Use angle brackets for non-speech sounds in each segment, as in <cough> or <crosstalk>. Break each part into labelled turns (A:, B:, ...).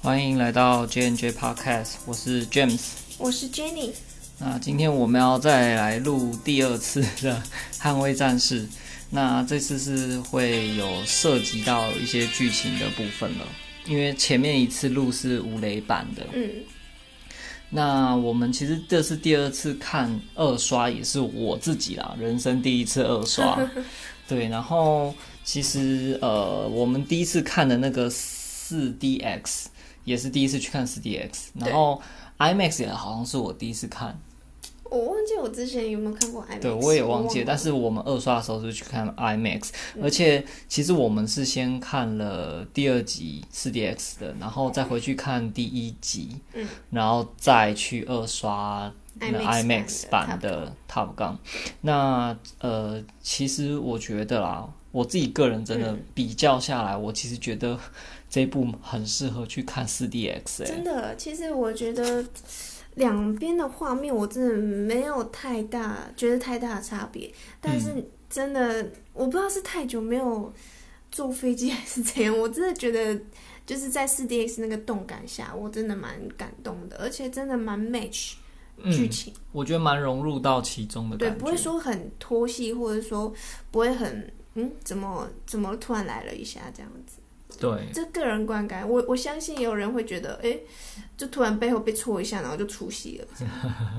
A: 欢迎来到 JNJ Podcast，我是 James。
B: 我是 Jenny，
A: 那今天我们要再来录第二次的《捍卫战士》，那这次是会有涉及到一些剧情的部分了，因为前面一次录是无雷版的，
B: 嗯，
A: 那我们其实这是第二次看二刷，也是我自己啦，人生第一次二 <laughs> 刷。对，然后其实呃，我们第一次看的那个四 DX 也是第一次去看四 DX，然后 IMAX 也好像是我第一次看，
B: 我忘记我之前有没有看过 IMAX，
A: 对我也忘记了。但嗯
B: 了
A: 是我们二刷的时候是去看 IMAX，、而且其实我们是先看了第二集四 DX 的，然后再回去看第一集，
B: 嗯，
A: 然后再去二刷那
B: IMAX
A: IMAX 版
B: 版
A: 的 Top Gun。那呃，其实我觉得啦，我自己个人真的
B: 嗯
A: 比较下来，我其实觉得 <laughs> 这部很适合去看 4DX 哎、
B: 真的，其实我觉得两边的画面我真的没有太大，觉得太大的差别，但是
A: 嗯
B: 真的、我不知道是太久没有坐飞机还是怎样，我真的觉得。就是在四 D X 那个动感下，我真的蛮感动的，而且真的蛮 match 剧
A: 嗯，
B: 情，
A: 我觉得蛮融入到其中的
B: 对，
A: 感觉。
B: 不会说很拖戏，或者说不会很嗯，怎么怎么突然来了一下这样子。
A: 对
B: 这个人观感，我我相信有人会觉得，哎，就突然背后被戳一下，然后就出戏了。
A: <laughs>
B: 这样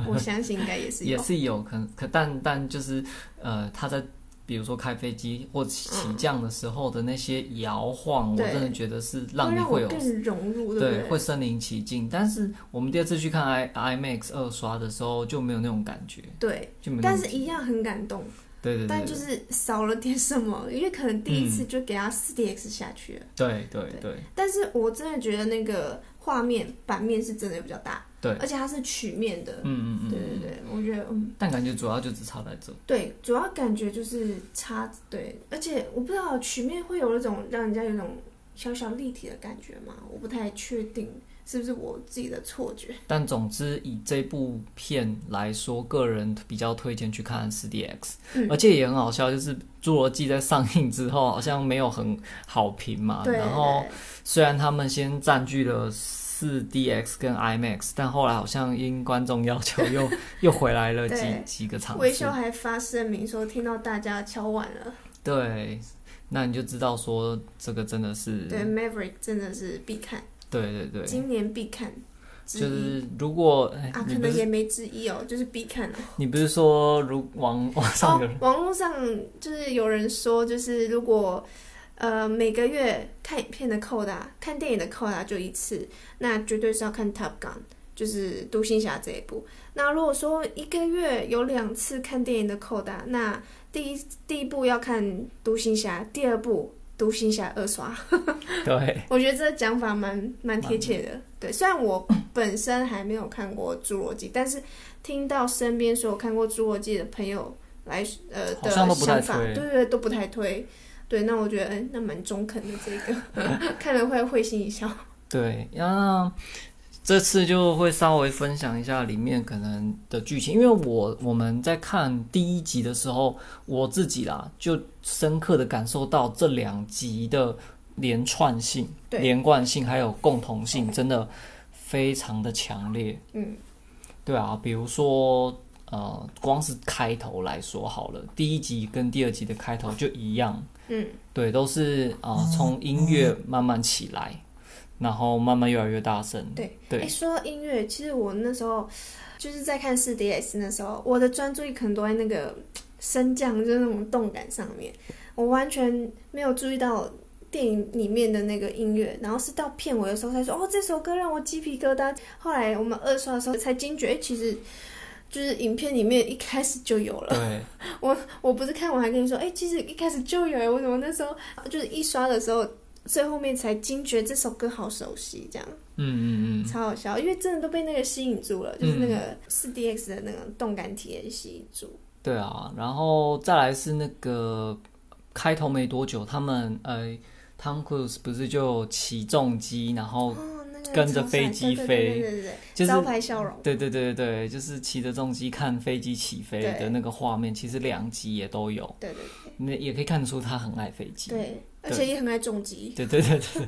B: 我相信应该也是
A: 也
B: 有。
A: 是有可可，但但就是呃，他在比如说开飞机或起起降的时候的那些摇晃，我
B: 嗯对
A: 真的觉得是
B: 会
A: 让你
B: 让
A: 会
B: 我
A: 有
B: 更融入，不
A: 对
B: 对？
A: 会身临其境。但是我们第二次去看 i IMAX 二刷的时候就没有那种感觉，
B: 对，
A: 就没有那
B: 但
A: 种
B: 是一样很感动，
A: 对对对，嗯
B: 但就是少了点什么，因为可能第一次就给他四 D X 下去了。
A: 对对对
B: 但是我真的觉得那个画面版面是真的比较大，
A: 对，
B: 而且它是曲面的。
A: 嗯嗯嗯，
B: 对对对，我觉得嗯，
A: 但感觉主要就只差在这，
B: 对，主要感觉就是差对，而且我不知道曲面会有那种让人家有一种小小立体的感觉吗？我不太确定是不是我自己的错觉。
A: 但总之以这部片来说，个人比较推荐去看 4DX，、
B: 嗯
A: 而且也很好笑，就是《侏罗纪》在上映之后好像没有很好评嘛，
B: 对，
A: 啊然后虽然他们先占据了四 DX 跟 IMAX，但后来好像因观众要求又
B: <laughs>
A: 又回来了几
B: 对
A: 几个场
B: 维
A: 次
B: 修。还发声明说听到大家敲碗了，
A: 对，那你就知道说这个真的是
B: 对，Maverick 真的是必看，
A: 对嗯对对，
B: 今年必看之一、
A: 就是如果、哎
B: 啊，
A: 你
B: 可
A: 不
B: 能
A: 是
B: 也没之一哦，就是必看哦。
A: 你不是说如 <laughs> 网网上有
B: 哦
A: 人、，
B: 网络上就是有人说，就是如果呃每个月看影片的扣打、看电影的扣打就一次，那绝对是要看《Top Gun》，就是《独行侠》这一部。那如果说一个月有两次看电影的扣打，那第一第一部要看《独行侠》，第二部。独行侠二刷，
A: 对
B: 我觉得这个讲法蛮蛮贴切的。对，虽然我本身还没有看过《侏罗纪》，但是听到身边所有看过《侏罗纪》的朋友来呃
A: 好
B: 的
A: 像都不太
B: 想法，
A: 推
B: 对对对，都不太推。对，那我觉得，哎、那蛮中肯的这个， <laughs> 看了会会心一笑。
A: 对，那这次就会稍微分享一下里面可能的剧情，因为我我们在看第一集的时候，我自己啦就深刻的感受到这两集的连串性、
B: 对
A: 连贯性还有共同性，真的非常的强烈。
B: 嗯，
A: 对啊，比如说。呃，光是开头来说好了，第一集跟第二集的开头就一样，
B: 嗯，哦
A: 对，都是啊，呃从、音乐慢慢起来，然后慢慢越来越大声。
B: 对哎、
A: 对
B: 说到音乐，其实我那时候就是在看四 DS 那时候，我的专注力可能都在那个升降，就是那种动感上面，我完全没有注意到电影里面的那个音乐，然后是到片尾的时候才说，哦，这首歌让我鸡皮疙瘩。后来我们二刷的时候才惊觉，哎、其实。就是影片里面一开始就有了，
A: 对
B: 我不是看完还跟你说，哎、其实一开始就有，我怎么那时候就是一刷的时候，最后面才惊觉这首歌好熟悉，这样。
A: 嗯嗯嗯，
B: 超好笑，因为真的都被那个吸引住了，就是那个四 D X 的那个动感体验吸引住。
A: 对啊，然后再来是那个开头没多久，他们呃，Tom Cruise 不是就起重机，然后
B: 哦，那个
A: 跟着
B: 超帅
A: 飞机
B: 对
A: 飞
B: 对对对对
A: 就
B: 对，
A: 是
B: 招牌笑容。
A: 对对对对对，就是骑着重机看飞机起飞
B: 对
A: 的那个画面，其实两集也都有，
B: 对对
A: 那也可以看得出他很爱飞
B: 对
A: 机。
B: 对，而且也很爱重击。
A: 对对对对，对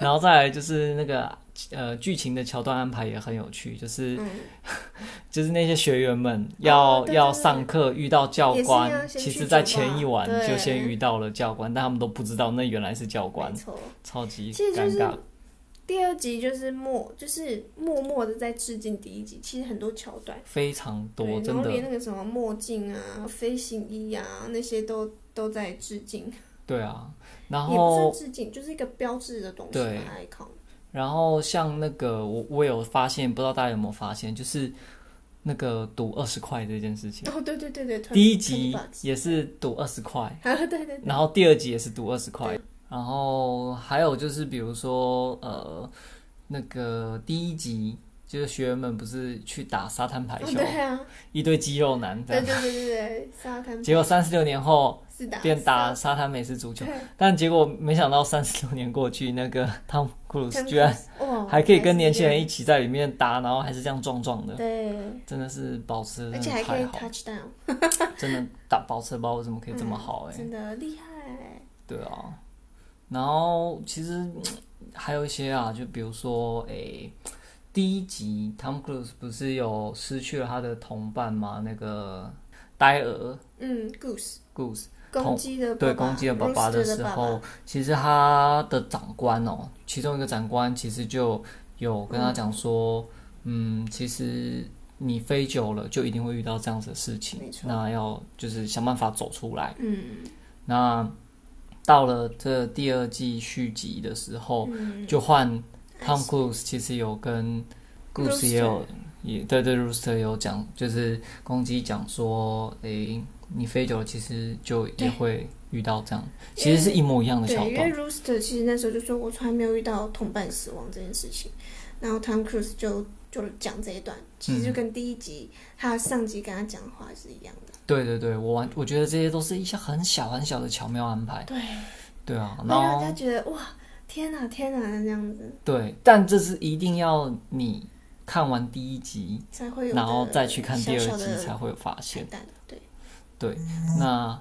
A: 然后再来就是那个呃剧情的桥段安排也很有趣，就是、就是那些学员们要、
B: 嗯哦对对
A: 要
B: 对
A: 上课遇到教
B: 也是
A: 官
B: 要，先
A: 其实
B: 去酒
A: 在
B: 吧
A: 前一晚就
B: 对
A: 先遇到了教官，但他们都不知道那原来是教官
B: 没，错。
A: 超级
B: 其实就
A: 尴
B: 是
A: 尬。
B: 第二集就是默，就是默默的在致敬第一集，其实很多桥段，
A: 非常多，
B: 对，然
A: 真
B: 后
A: 的
B: 连，那个什么墨镜啊、飞行衣啊那些都都在致敬，
A: 对啊。然
B: 也不算
A: 后，
B: 致敬，就是一个标志的东西
A: 对
B: 吧，icon。
A: 然后像那个，我我有发现，不知道大家有没有发现，就是那个赌二十块这件事情，
B: 哦，对对对对，
A: 第一
B: 20-
A: 集哎
B: 20 bucks
A: 也是赌二十块，
B: 啊， <laughs> 对对对，
A: 然后第二集也是赌二十块，然后还有就是比如说呃，那个第一集就是学员们不是去打沙滩排
B: 哦
A: 球，
B: 对啊，
A: 一堆肌肉男这
B: 对
A: 样，
B: 对对对对，沙滩
A: 结果三十六年后
B: 是打
A: 变打
B: 沙
A: 沙滩美式足球，
B: 对
A: 但结果没想到三十六年过去，那个汤姆克鲁斯
B: 滩
A: 居然 <laughs>
B: 哇，
A: 还可以跟年轻人
B: 一
A: 一起在里面打，然后还是这样撞撞的，
B: 对，
A: 真的是保持得
B: 而
A: 真
B: 且还
A: 的
B: 可
A: 太
B: 以
A: 好，
B: touchdown，
A: 真的打保持包为什么可以这么
B: 嗯
A: 好哎、
B: 真的厉害，
A: 对啊，然后其实嗯还有一些啊，就比如说，诶，第一集汤姆克鲁斯不是有失去了他的同伴吗？那个呆鹅
B: 嗯，goose
A: 故事，
B: 公鸡的
A: 对
B: 爸爸
A: 攻击了爸爸
B: rooster 的
A: 时
B: 爸爸
A: 候，其实他的长官哦，其中一个长官其实就有跟他讲说，嗯，其实你飞久了就一定会遇到这样子的事情
B: 没，错
A: 那要就是想办法走出来。
B: 嗯，
A: 那到了这第二季续集的时候，
B: 嗯
A: 就换 Tom Cruise，其实有跟 Goose 也有也对对 Rooster 也有讲，就是公鸡讲说，诶、你飞久了其实就也
B: 对
A: 会遇到这样，
B: 因
A: 其
B: 为
A: 实是一模一样的桥
B: 对，因
A: 段
B: 为，Rooster 其实那时候就说，我从来没有遇到同伴死亡这件事情。然后 Tom Cruise 就就讲这一段，其实就跟第一集、他上集跟他讲的话是一样的。
A: 对对对，我完我觉得这些都是一些很小很小的巧妙安排，
B: 对，
A: 对啊，
B: 会
A: 然
B: 让
A: 后
B: 人家觉得哇，天哪，天哪，这样子
A: 对，但这是一定要你看完第一集，
B: 才会有的
A: 然后再去看第二
B: 小小
A: 集
B: 的
A: 才会有发现
B: 彩。蛋。对，
A: 对，那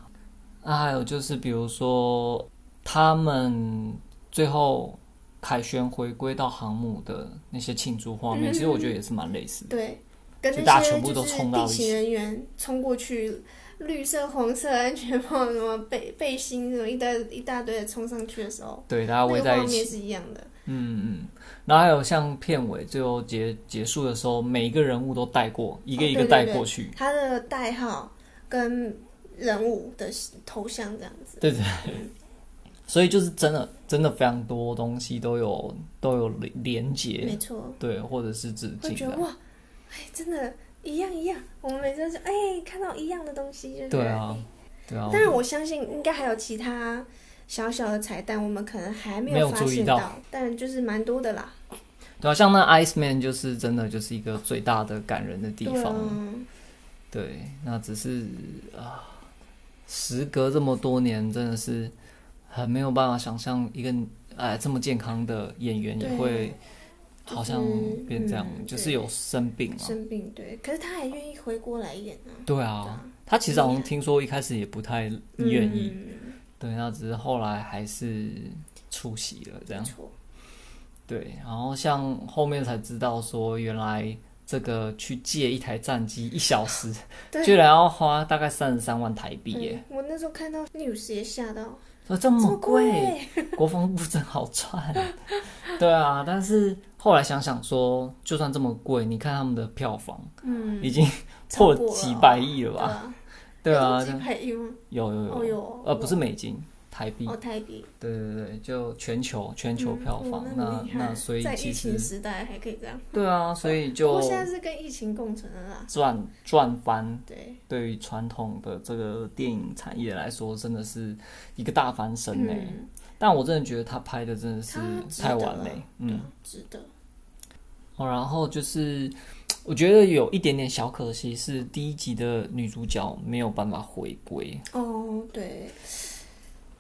A: 那还有就是，比如说他们最后凯旋回归到航母的那些庆祝画面，
B: 嗯
A: 其实我觉得也是蛮类似的。
B: 对，跟
A: 就大
B: 那
A: 家全
B: 些
A: 部都
B: 就是
A: 冲到一
B: 地
A: 起
B: 勤人员冲过去，绿色、黄色安全帽，什么背背心，什么一大一大堆的冲上去的时候，
A: 对，大家
B: 那
A: 围
B: 个
A: 在
B: 画
A: 一起
B: 面，是一样的。
A: 嗯嗯，然后还有像片尾最后结结束的时候，每一个人物都带过，一个
B: 哦
A: 一个
B: 对对
A: 带
B: 对
A: 过去，
B: 他的代号跟人物的头像这样子。
A: 对对所以就是真的真的非常多东西都有都有连连
B: 没
A: 结，
B: 错，
A: 对，或者是致
B: 会
A: 敬
B: 觉
A: 的
B: 得，哇，哎，真的，一样一样。我们每次都是哎，看到一样的东西，就是
A: 对啊，对啊，
B: 当然，我相信应该还有其他小小的彩蛋，我们可能还没
A: 没有
B: 发
A: 注意
B: 现
A: 到
B: 但就是蛮多的啦。
A: 对啊，像那 Ice Man 就是真的就是一个最大的感人的地
B: 对
A: 方。
B: 啊，
A: 对那只是啊，时隔这么多年，真的是很没有办法想象一个哎这么健康的演员也
B: 对
A: 会好像
B: 就是
A: 变这样，
B: 嗯
A: 就是
B: 对
A: 有生病啊。
B: 生病对，可是他还愿意回国来演啊，
A: 对
B: 对
A: 啊
B: 啊，
A: 他其实好像听说一开始也不太
B: 嗯
A: 愿意，对，那只是后来还是出席了这样
B: 没。错，
A: 对，然后像后面才知道说，原来这个去借一台战机一小时，
B: <laughs> 对
A: 居然要花大概三十三万台币耶，
B: 嗯我那时候看到 news 也吓到，
A: 说这
B: 这
A: 么
B: 么贵，
A: 哦贵，国防部真好赚。 <laughs> 对啊，但是后来想想说，就算这么贵，你看他们的票房
B: 嗯，
A: 已经
B: 超
A: 破
B: 过了
A: 几百亿了
B: 对
A: 吧？
B: 啊，
A: 对啊，
B: 几百亿吗？
A: 有有
B: 哦
A: 有，
B: 有，
A: 呃，不是美金，台币
B: 哦，。台币，
A: 对对对，就全球全球
B: 嗯
A: 票
B: 哇
A: 房，
B: 那
A: 那
B: 很厉害
A: 那所以
B: 在
A: 其
B: 疫情
A: 实
B: 时代还可以这样，
A: 对啊，所以
B: 不
A: 就
B: 过现在是跟疫情共存了啦，
A: 赚赚翻，
B: 对，
A: 对于传统的这个电影产业来说，真的是一个大翻身呢、
B: 嗯，
A: 但我真的觉得他拍的真的是
B: 他值得
A: 太完美
B: 了，
A: 嗯。，
B: 值得，
A: 哦，然后就是我觉得有一点点小可惜是第一集的女主角没有办法回归，
B: 哦，对。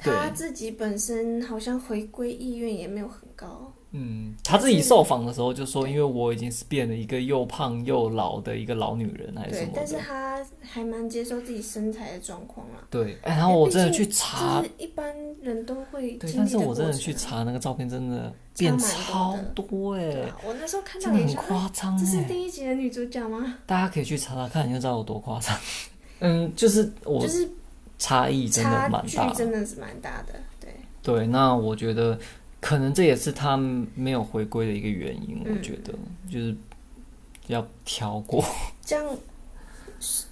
A: 对
B: 他自己本身好像回归意愿也没有很高，
A: 嗯，她自己受访的时候就说，因为我已经是变了一个又胖又老的一个老女人，还是什
B: 对
A: 么，
B: 但是
A: 的。
B: 她还蛮接受自己身材的状况啊。
A: 对，哎然后我真的去
B: 就
A: 查，
B: 是一般人都会
A: 对，
B: 经历
A: 但是
B: 的
A: 我真的
B: 过程啊
A: 去查那个照片，真的
B: 差
A: 变
B: 蛮
A: 超多哎、
B: 对啊，我那时候看到
A: 真的
B: 也
A: 很
B: 说，啊
A: 夸张
B: 这是
A: 哎、
B: 第一集的女主角吗？
A: 大家可以去查查看，你就知道有多夸张。嗯，就是我
B: 就是
A: 差异真的
B: 差
A: 蛮
B: 距
A: 大的。
B: 真的是蛮大的，对，
A: 对，那我觉得可能这也是他没有回归的一个原因。
B: 嗯
A: 我觉得就是要挑过。 <laughs>
B: 这样。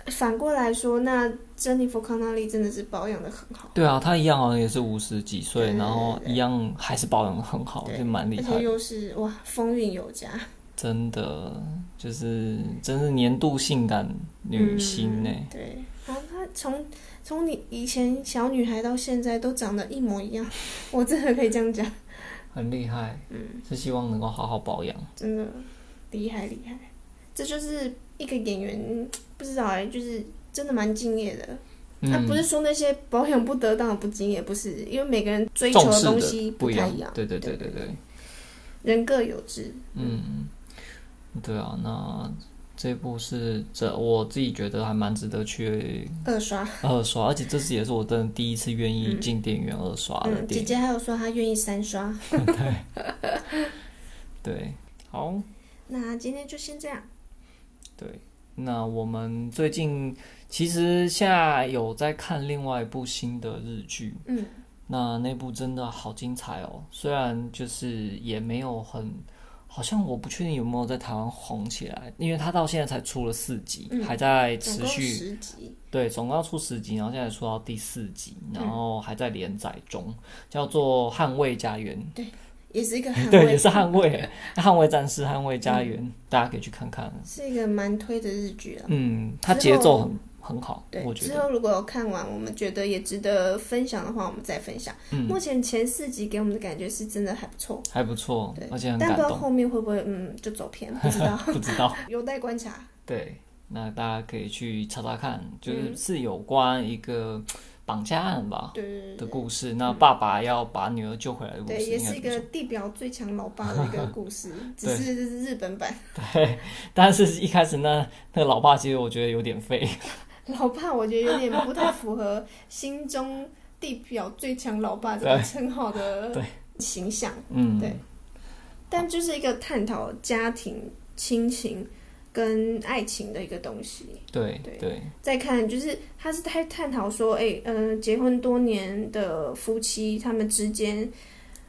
B: 反过来说，那珍妮弗·康纳利真的是保养的很好，
A: 对啊，他一样好像也是五十几岁，
B: 对对
A: 然后
B: 对
A: 一样还是保养的很好，
B: 对
A: 就蛮厉
B: 而
A: 害
B: 且
A: 的。
B: 又是哇风韵有加，
A: 真的就是真是年度性感女星欸呢、
B: 嗯对，然后她从从你以前小女孩到现在都长得一模一样， <laughs> 我真的可以这样讲， <laughs>
A: 很厉害。
B: 嗯，
A: 是希望能够好好保养。
B: 真的厉害厉害。这就是一个演员，不知道哎、就是真的蛮敬业的。
A: 嗯，
B: 他、不是说那些保养不得当的不敬业，不是，因为每个人追求
A: 重视
B: 东西
A: 的不
B: 太
A: 一样。对对对对对。
B: 人各有志。
A: 嗯，对啊，那这部是这我自己觉得还蛮值得去
B: 二刷，
A: 二刷，而且这次也是我真的第一次愿意进电影院二刷的
B: 嗯嗯，姐
A: 电影。
B: 姐还有说她愿意三刷。
A: 对，好，
B: 那今天就先这样，
A: 对，那我们最近其实现在有在看另外一部新的日剧，
B: 嗯，
A: 那那部真的好精彩哦，虽然就是也没有很。好像我不确定有没有在台湾红起来，因为它到现在才出了四集，
B: 嗯
A: 还在
B: 总
A: 持
B: 共
A: 续
B: 十集，
A: 对，总共要出十集，然后现在出到第四集，
B: 嗯
A: 然后还在连载中，叫做《捍卫家园》。
B: 也是
A: <laughs>
B: 一个 <laughs> 很
A: 对，也是捍卫， <laughs> 捍卫战士，捍卫家园，大家可以去看看。
B: 嗯是一个蛮推的日剧了。
A: 嗯，它
B: 之
A: 节奏
B: 后
A: 很很好，
B: 对
A: 我，觉
B: 之
A: 得。
B: 后如果有看完，我们觉得也值得分享的话，我们再分享。
A: 嗯
B: 目前前四集给我们的感觉是真的还不错，
A: 还不错
B: 对，
A: 而且很
B: 但
A: 感
B: 不知道
A: 动，
B: 后面会不会嗯就走偏，不
A: <laughs>，
B: 知道
A: 不知
B: <laughs>
A: 道。
B: 有待观察。
A: 对，那大家可以去查查看，就是
B: 嗯
A: 是有关一个绑架案吧
B: 对对
A: 的
B: 对
A: 故事，那爸爸要把女儿救回来的故
B: 嗯对，
A: 事，
B: 也
A: 应该怎
B: 是一
A: 么说
B: 个地表最强老爸的一个故
A: <laughs>
B: 事，只
A: 对
B: 是这是日本版。
A: 对，但是一开始那那个老爸其实我觉得有点废，
B: 老爸我觉得有点不太符合心中地表最强老爸这个
A: 对
B: 称号
A: <laughs>
B: 的
A: 对
B: 形象，
A: 嗯，
B: 对但就是一个探讨家庭、亲情跟爱情的一个东西。
A: 对
B: 对
A: 对
B: 再看，就是他是在探讨说，哎、嗯、结婚多年的夫妻他们之间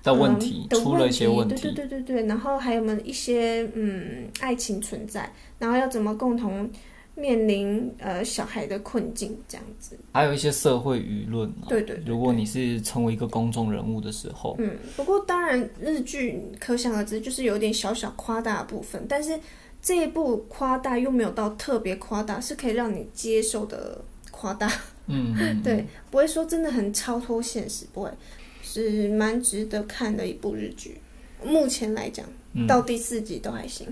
A: 的问
B: 嗯
A: 题
B: 的
A: 出了一些问
B: 对
A: 题，
B: 对对对对，然后还有我们一些嗯爱情存在，然后要怎么共同面临呃小孩的困境这样子，
A: 还有一些社会舆论啊。
B: 对对对
A: 如果你是成为一个公众人物的时候，
B: 嗯，不过当然日剧可想而知就是有点小小夸大的部分，但是这一部夸大又没有到特别夸大，是可以让你接受的夸大。
A: 嗯，嗯
B: 对，不会说真的很超脱现实，不会，是蛮值得看的一部日剧。目前来讲，
A: 嗯
B: 到第四集都还行。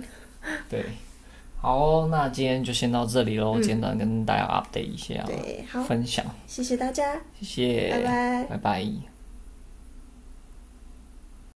A: 对。好哦，那今天就先到这里喽，
B: 嗯
A: 简短跟大家 update 一下，
B: 对，好，
A: 分享，
B: 谢谢大家，
A: 谢谢，
B: 拜拜。
A: 拜拜